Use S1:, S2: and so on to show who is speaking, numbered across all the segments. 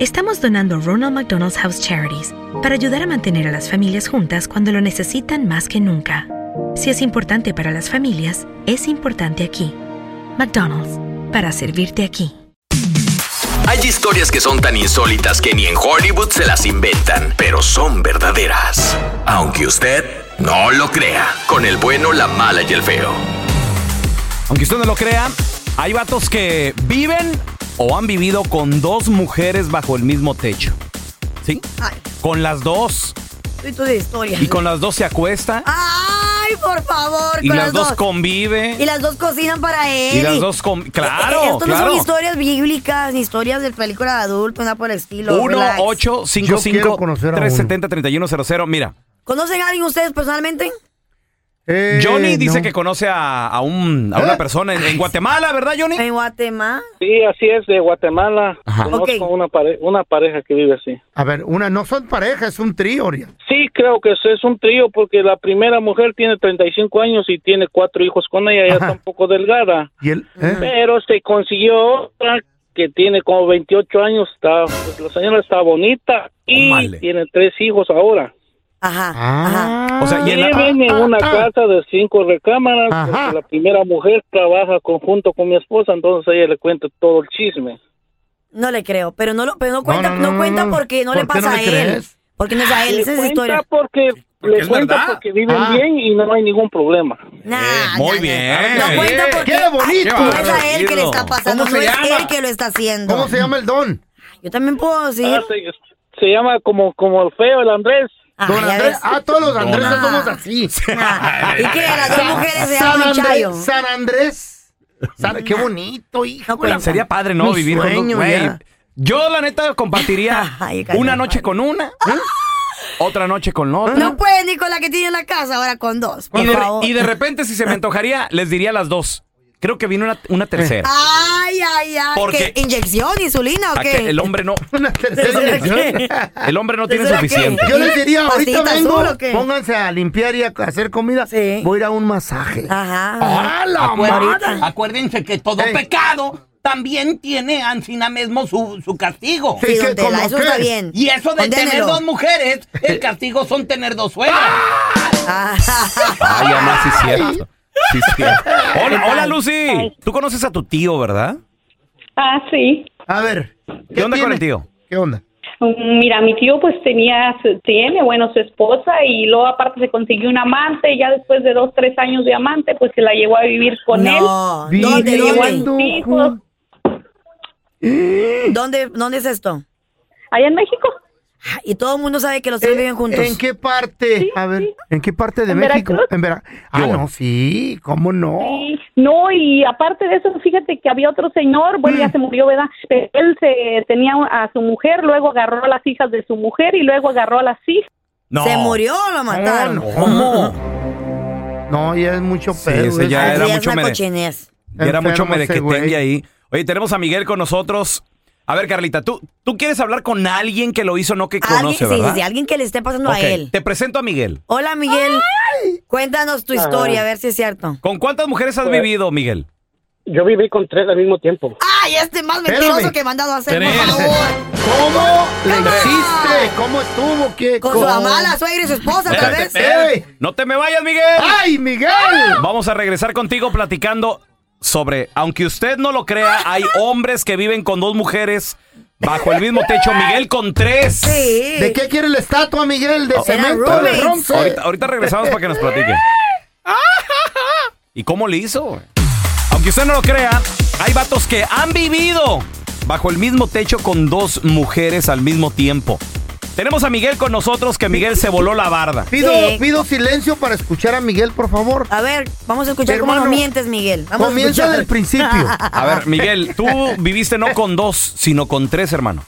S1: Estamos donando Ronald McDonald's House Charities para ayudar a mantener a las familias juntas cuando lo necesitan más que nunca. Si es importante para las familias, es importante aquí. McDonald's, para servirte aquí.
S2: Hay historias que son tan insólitas que ni en Hollywood se las inventan, pero son verdaderas. Aunque usted no lo crea, con el bueno, la mala y el feo.
S3: Aunque usted no lo crea, hay vatos que viven o han vivido con dos mujeres bajo el mismo techo. ¿Sí?
S4: Ay.
S3: Con las dos.
S4: Soy tú de historia.
S3: Y con las dos se acuesta.
S4: ¡Ay, por favor!
S3: y
S4: Ah, con
S3: las, dos, convive.
S4: Y las dos cocinan para él.
S3: Y las dos com- claro,
S4: Esto no
S3: claro.
S4: son historias bíblicas, ni historias de películas de adulto, nada por el estilo. relax.
S3: 1-855-370-3100. Mira,
S4: ¿Conocen a alguien ustedes personalmente?
S5: Eh,
S3: Johnny dice que conoce a, a un- a una persona en, en Guatemala, ¿verdad, Johnny?
S4: En Guatemala.
S6: Sí, así es, de Guatemala. Conozco
S4: Ok.
S6: una, pare- una pareja que vive así.
S5: A ver, una no son pareja, es un trío. Oriana.
S6: Sí, creo que es, es un trío porque la primera mujer tiene 35 años y tiene cuatro hijos con ella, ella está un poco delgada.
S5: Y el, ¿eh?
S6: Pero se consiguió otra que tiene como 28 años, está, pues, la señora está bonita y
S3: Órale.
S6: tiene tres hijos ahora.
S4: Ajá.
S5: Ah.
S3: O sea, y en la- Ah,
S6: Viven en una casa de cinco recámaras porque la primera mujer trabaja conjunto con mi esposa, entonces ella le cuenta todo el chisme.
S4: No le creo, pero no, lo, pero no cuenta, no,
S5: no, no, no,
S4: cuenta
S5: no.
S4: porque no
S5: ¿Por
S4: le
S5: qué no
S4: pasa
S5: le
S4: a él.
S5: crees?
S4: Porque no es a
S7: Ah,
S4: él,
S6: Le
S4: esa es la
S6: cuenta
S4: historia.
S6: porque,
S3: Porque
S6: le
S3: es
S6: cuenta
S3: verdad.
S6: porque viven
S5: Ah.
S6: bien y no hay ningún problema.
S4: Nah,
S3: muy
S4: nah, nah.
S3: bien.
S4: No cuenta
S5: Eh,
S4: porque
S5: qué bonito.
S4: no es a él que le está
S3: ¿Cómo
S4: pasando,
S3: se
S4: no es
S3: llama?
S4: él que lo está haciendo.
S5: ¿Cómo se llama el don?
S4: Yo también puedo
S6: Ah,
S4: decir.
S6: se, se llama como, como el feo, el Andrés.
S4: Ah,
S5: Don
S4: ya
S5: Andrés.
S4: ves.
S5: Ah, todos los Andrés
S4: Ah.
S5: somos así.
S4: Nah. ¿Y qué? Las dos mujeres se
S5: San
S4: llaman Chayo.
S5: Andrés. San Andrés. San- qué bonito, hijo.
S4: No cuenta.
S3: Sería padre, ¿no?
S5: Mi
S3: Vivir con
S5: sueño,
S3: dos. güey.
S5: ya.
S3: Yo, la neta, compartiría
S4: Ay,
S3: una
S4: cállate.
S3: noche con una, ¿eh? otra noche con la otra.
S4: No puede ni con la que tiene en la casa, ahora con dos. Por
S3: Y de,
S4: favor.
S3: y de repente, si se me antojaría, les diría las dos. Creo que vino una, una
S4: Ah,
S3: tercera.
S4: Ay, ay, ay.
S3: Porque-
S4: ¿qué? ¿Inyección, insulina o
S3: A
S4: qué?
S3: que el hombre no,
S5: Una tercera inyección.
S3: el hombre no tiene
S4: ¿Tercera qué?
S3: suficiente.
S5: Yo les diría,
S4: ¿Pastillita
S5: ahorita vengo,
S4: azul o qué?
S5: pónganse a limpiar y a hacer comida.
S4: Sí.
S5: Voy a ir a un masaje.
S4: Ajá.
S5: ¡Ah, la
S4: Ahorita.
S5: madre!
S8: Acuérdense que todo
S5: Ey.
S8: pecado también tiene ansina mismo su, su castigo.
S5: Sí,
S4: Sí,
S5: que
S4: don Tela,
S5: como
S4: eso
S5: que-
S4: está bien.
S8: Y eso de tener
S4: Condénelo.
S8: dos mujeres, el castigo son tener dos suegras.
S4: Ah,
S3: Ay, además, sí es cierto. Sí es cierto. Hola, hola, Lucy. Tú conoces a tu tío, ¿verdad?
S9: Ah, sí.
S5: A ver.
S3: ¿Qué onda con el tío?
S5: ¿Qué onda?
S9: Mira, mi tío pues tenía, su- tiene, bueno, su esposa y luego aparte se consiguió un amante, ya después de dos, tres años de amante, pues se la llevó a vivir con él.
S4: no.
S5: Vive
S4: ¿Dónde, dónde?
S5: junto.
S9: Hijos,
S4: ¿Dónde, dónde es esto?
S9: allá en México,
S4: Ah, Y todo el mundo sabe que los tres viven juntos.
S5: ¿En qué parte? a ver, ¿en qué parte de
S9: ¿En
S5: México?
S9: Veracruz?
S5: En Vera- Ah,
S3: Yo.
S5: no, sí, ¿cómo no?
S9: sí. No, y aparte de eso, fíjate que había otro señor, bueno,
S4: Mm.
S9: ya se murió, ¿verdad? Pero él se, tenía a su mujer, luego agarró a las hijas de su mujer y luego agarró a las hijas.
S3: No.
S4: ¿Se murió o lo mataron?
S5: No,
S3: ¿Cómo?
S5: No, ya es mucho
S3: Sí,
S5: pedo.
S3: ese ya
S5: eso.
S4: Así
S3: era
S4: es
S3: mucho
S4: una
S3: mere-
S4: cochinez.
S3: Ya era mucho
S5: Enfermo ese güey.
S3: merequetengue ahí. Oye, tenemos a Miguel con nosotros. A ver, Carlita, tú, tú quieres hablar con alguien que lo hizo, no que conoce,
S4: alguien, sí,
S3: ¿verdad?
S4: sí, sí, alguien que le esté pasando
S3: Ok,
S4: a él.
S3: Te presento a Miguel.
S4: Hola, Miguel. Cuéntanos tu
S7: Ajá.
S4: historia, a ver si es cierto.
S3: ¿Con cuántas mujeres has
S7: Pues-
S3: vivido, Miguel?
S7: Yo viví con tres al mismo tiempo.
S4: ¡Ay, este más mentiroso que me han dado a hacer, por
S7: Tres.
S4: favor!
S5: ¿Cómo le hiciste? ¿Cómo estuvo? ¿Qué?
S4: Con su
S5: cómo?
S4: mamá, la suegra y su esposa, tal
S3: Espérate,
S4: vez.
S3: espérate. No te me vayas, Miguel.
S5: ¡Ay, Miguel!
S3: Vamos a regresar contigo platicando sobre, aunque usted no lo crea, hay hombres que viven con dos mujeres bajo el mismo techo. Miguel con tres.
S5: ¿De qué quiere la estatua, Miguel? ¿De
S3: Oh,
S5: cemento o
S3: ahorita-
S5: de bronce?
S3: Ahorita, ahorita regresamos para que nos platique. ¿Y cómo le hizo? güey? Aunque usted no lo crea, hay vatos que han vivido bajo el mismo techo con dos mujeres al mismo tiempo. Tenemos a Miguel con nosotros, que Miguel se voló la barda.
S5: Pido, pido silencio para escuchar a Miguel, por favor.
S4: A ver, vamos a escuchar cómo nos
S5: Hermano,
S4: mientes, Miguel. Ah, Vamos a
S5: comienza
S4: escuchar.
S5: del principio.
S3: A ver, Miguel, tú viviste no con dos, sino con tres, hermano.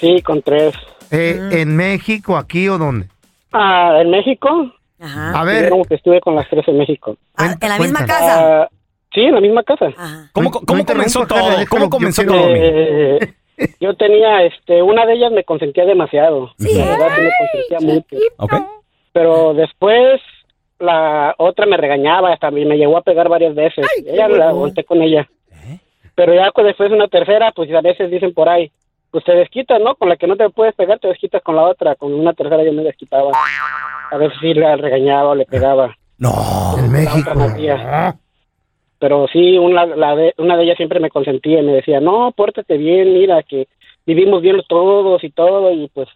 S7: Sí, con tres.
S5: Eh, ¿En México, aquí o dónde?
S7: Ah, ¿en México?
S5: A ver.
S7: Como que estuve con las tres en México.
S4: Ah, ¿En la misma
S5: Ah, cuenta.
S4: casa? Ah.
S7: Ah, sí, en la misma casa.
S3: ¿Cómo, cómo comenzó
S5: interrumpa, Carla,
S3: todo?
S5: déjalo,
S3: ¿Cómo
S5: yo
S3: comenzó
S5: quiero-
S3: todo, Miguel?
S7: Eh, yo tenía, este, una de ellas me consentía demasiado. La verdad, sí me consentía mucho.
S3: Ok.
S7: Pero después la otra me regañaba, hasta me me llegó a pegar varias veces. ella la aguanté con ella. Pero ya cu- después una tercera, pues a veces dicen por ahí, pues te desquitas, ¿no? Con la que no te puedes pegar, te desquitas con la otra. Con una tercera yo me desquitaba. A veces sí la regañaba o le pegaba.
S3: No.
S5: En
S7: La otra
S5: México.
S7: me hacía. Pero sí, una, la de, una de ellas siempre me consentía y me decía, no, pórtate bien, mira, que vivimos bien todos y todo, y pues...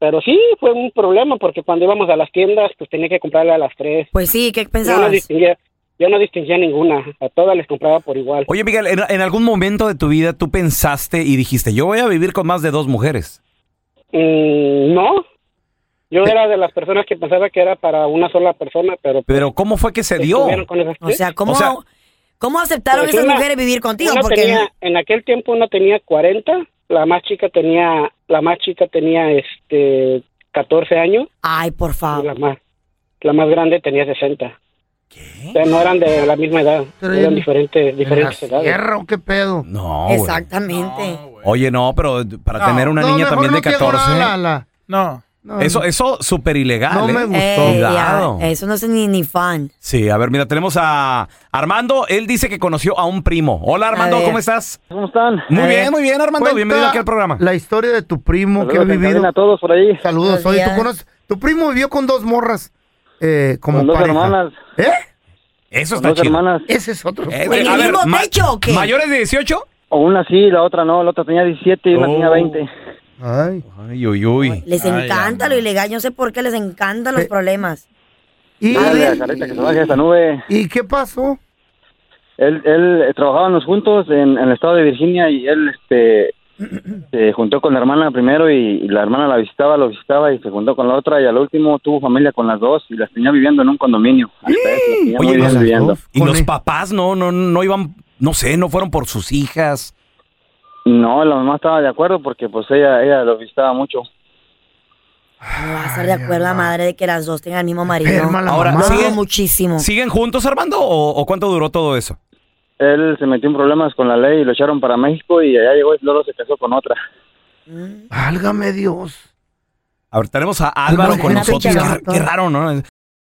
S7: Pero sí, fue un problema, porque cuando íbamos a las tiendas, pues tenía que comprarle a las tres.
S4: Pues sí, ¿qué
S7: Yo no
S4: pensabas?
S7: distinguía, yo no distinguía ninguna, a todas les compraba por igual.
S3: Oye, Miguel, ¿en, en algún momento de tu vida tú pensaste y dijiste, yo voy a vivir con más de dos mujeres?
S7: Mm, no, yo era de las personas que pensaba que era para una sola persona, pero...
S3: Pero ¿cómo fue que se dio?
S7: estuvieron con esas
S4: O sea, ¿cómo,
S3: O sea-
S4: ¿cómo aceptaron
S7: ¿eh? Pues
S4: esas
S7: una-
S4: mujeres vivir contigo?
S7: Uno
S4: Porque
S7: tenía- en aquel tiempo uno tenía 40, la más chica tenía, la más chica tenía este 14 años
S4: Ay, por
S7: y la
S4: favor.
S7: más, la más grande tenía 60. O sea, no eran de la misma edad, eran diferentes, diferentes
S5: ¿En la
S7: edades.
S5: sierra o qué pedo?
S3: No, güey.
S4: Exactamente.
S3: Oye, no, pero para
S5: No.
S3: tener una
S5: No,
S3: niña
S5: mejor
S3: también
S5: no
S3: de
S5: quiero
S3: 14.
S5: nada, la-
S10: No.
S5: no,
S3: Eso, eh,
S5: no.
S3: eso, súper ilegal.
S5: No
S3: ¿eh?
S5: me
S4: Ey,
S5: gustó.
S3: Cuidado.
S4: ya, eh. eso no es ni, ni fan.
S3: Sí, a ver, mira, tenemos a Armando. Él dice que conoció a un primo. Hola, Armando,
S4: ver.
S3: ¿cómo estás?
S11: ¿Cómo están?
S3: Muy
S5: A
S3: bien,
S5: ver.
S3: muy bien, Armando.
S5: Cuenta
S3: Bienvenido aquí al programa.
S5: La historia de tu primo que ha
S11: Saludos en
S5: vivido.
S11: cabina a todos por ahí.
S5: Saludos.
S4: Buenos
S5: Oye, tú
S4: días.
S5: conoces. Tu primo vivió con dos morras. eh, como
S11: Con dos
S5: pareja.
S11: hermanas.
S5: ¿Eh?
S3: Eso
S11: Con
S3: está
S11: dos
S3: chido.
S11: hermanas.
S5: Ese es otro.
S3: Eh,
S4: ¿En
S3: a
S4: el
S3: ver,
S4: mismo
S3: ma-
S4: techo o qué?
S3: ¿Mayores de 18?
S11: O una sí, la otra no. La otra tenía 17 y una
S3: Oh.
S11: tenía 20.
S5: Ay.
S3: Ay, uy, uy.
S4: Les encanta lo ilegal. Yo no sé por qué les encantan los
S5: Eh,
S4: problemas.
S5: ¿Y,
S11: Dale a Carlita Ah, que se baje de esta nube.
S5: ¿Y qué pasó?
S11: Él, él eh, trabajábamos juntos en, en el estado de Virginia y él este se juntó con la hermana primero y, y la hermana la visitaba, lo visitaba y se juntó con la otra y al último tuvo familia con las dos y las tenía viviendo en un condominio. Hasta eso, las tenía
S3: Oye,
S11: muy bien
S3: ¿con las
S11: viviendo.
S5: dos?
S3: Y
S5: Con
S3: los
S5: el-
S3: papás no, no, no iban, no sé, no fueron por sus hijas.
S11: No, la mamá estaba de acuerdo porque pues ella, ella lo visitaba mucho.
S4: No va a estar de acuerdo la madre de que las dos tengan el mismo marido.
S5: Enferma la
S3: Ahora,
S5: mamá.
S3: sí.
S4: Dudo muchísimo.
S3: ¿Siguen juntos, Armando? ¿O, o cuánto duró todo eso?
S11: Él se metió en problemas con la ley y lo echaron para México y allá llegó y luego se casó con otra.
S5: Válgame Dios.
S3: A ver, tenemos a Álvaro
S5: Una
S3: con
S5: gente
S3: nosotros. Qué,
S5: pirata.
S3: qué raro, ¿no?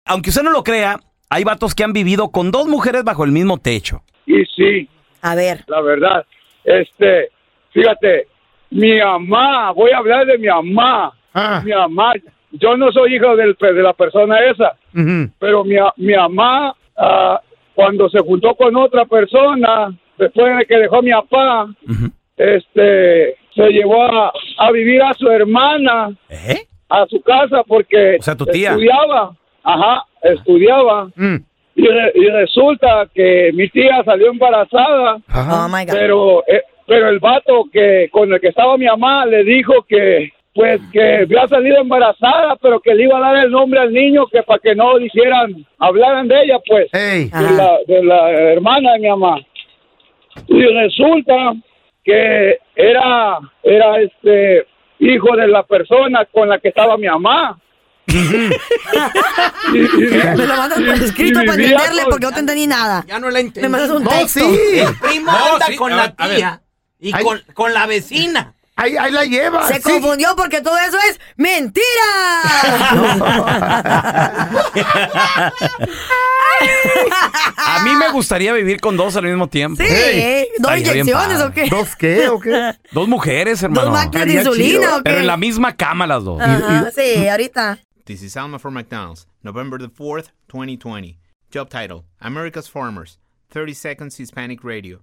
S3: Aunque usted no lo crea, hay vatos que han vivido con dos mujeres bajo el mismo techo.
S12: Y sí,
S4: A ver,
S12: la verdad, este, fíjate, mi mamá, voy a hablar de mi mamá,
S5: Ah.
S12: mi mamá, yo no soy hijo del, de la persona esa,
S5: ujú.
S12: pero mi, mi mamá, ah, cuando se juntó con otra persona, después de que dejó a mi papá, este, se llevó a, a vivir a su hermana
S3: ¿Eh?
S12: a su casa porque
S3: O sea, tu tía.
S12: estudiaba, ajá, estudiaba,
S5: Mm.
S12: y, re- y resulta que mi tía salió embarazada.
S5: Ajá.
S4: oh my God.
S12: Pero, eh, pero el vato que con el que estaba mi mamá le dijo que pues que había salido embarazada, pero que le iba a dar el nombre al niño que para que no dijeran, hablaran de ella, pues,
S5: Ey.
S12: de la, de la hermana de mi mamá. Y resulta que era, era este hijo de la persona con la que estaba mi mamá. Y- y-
S4: Me lo mandas por
S12: y- y
S4: escrito para
S12: vivía
S4: entenderle
S12: con-
S4: porque no te entendí nada.
S8: Ya no la
S4: Me
S8: entendí.
S4: mandas un
S5: No,
S4: texto.
S5: sí.
S8: Primo anda con la tía. Y con, con la vecina.
S5: Ahí, ahí la lleva.
S4: Se confundió porque todo eso es mentira.
S3: A mí me gustaría vivir con dos al mismo tiempo.
S4: Sí,
S3: Ey.
S4: ¿dos
S3: Estaría bien
S4: inyecciones
S3: padre.
S4: o qué?
S5: ¿Dos qué o qué?
S3: Dos mujeres, hermano.
S4: máquinas de Estaría insulina, chido. ¿o qué?
S3: Pero en la misma cama las
S5: Ah.
S3: dos.
S4: Ajá, Ah, sí, ahorita.
S13: This is Alma from McDonald's, November the 4th, 2020. Job title America's Farmers, 30 Seconds Hispanic Radio.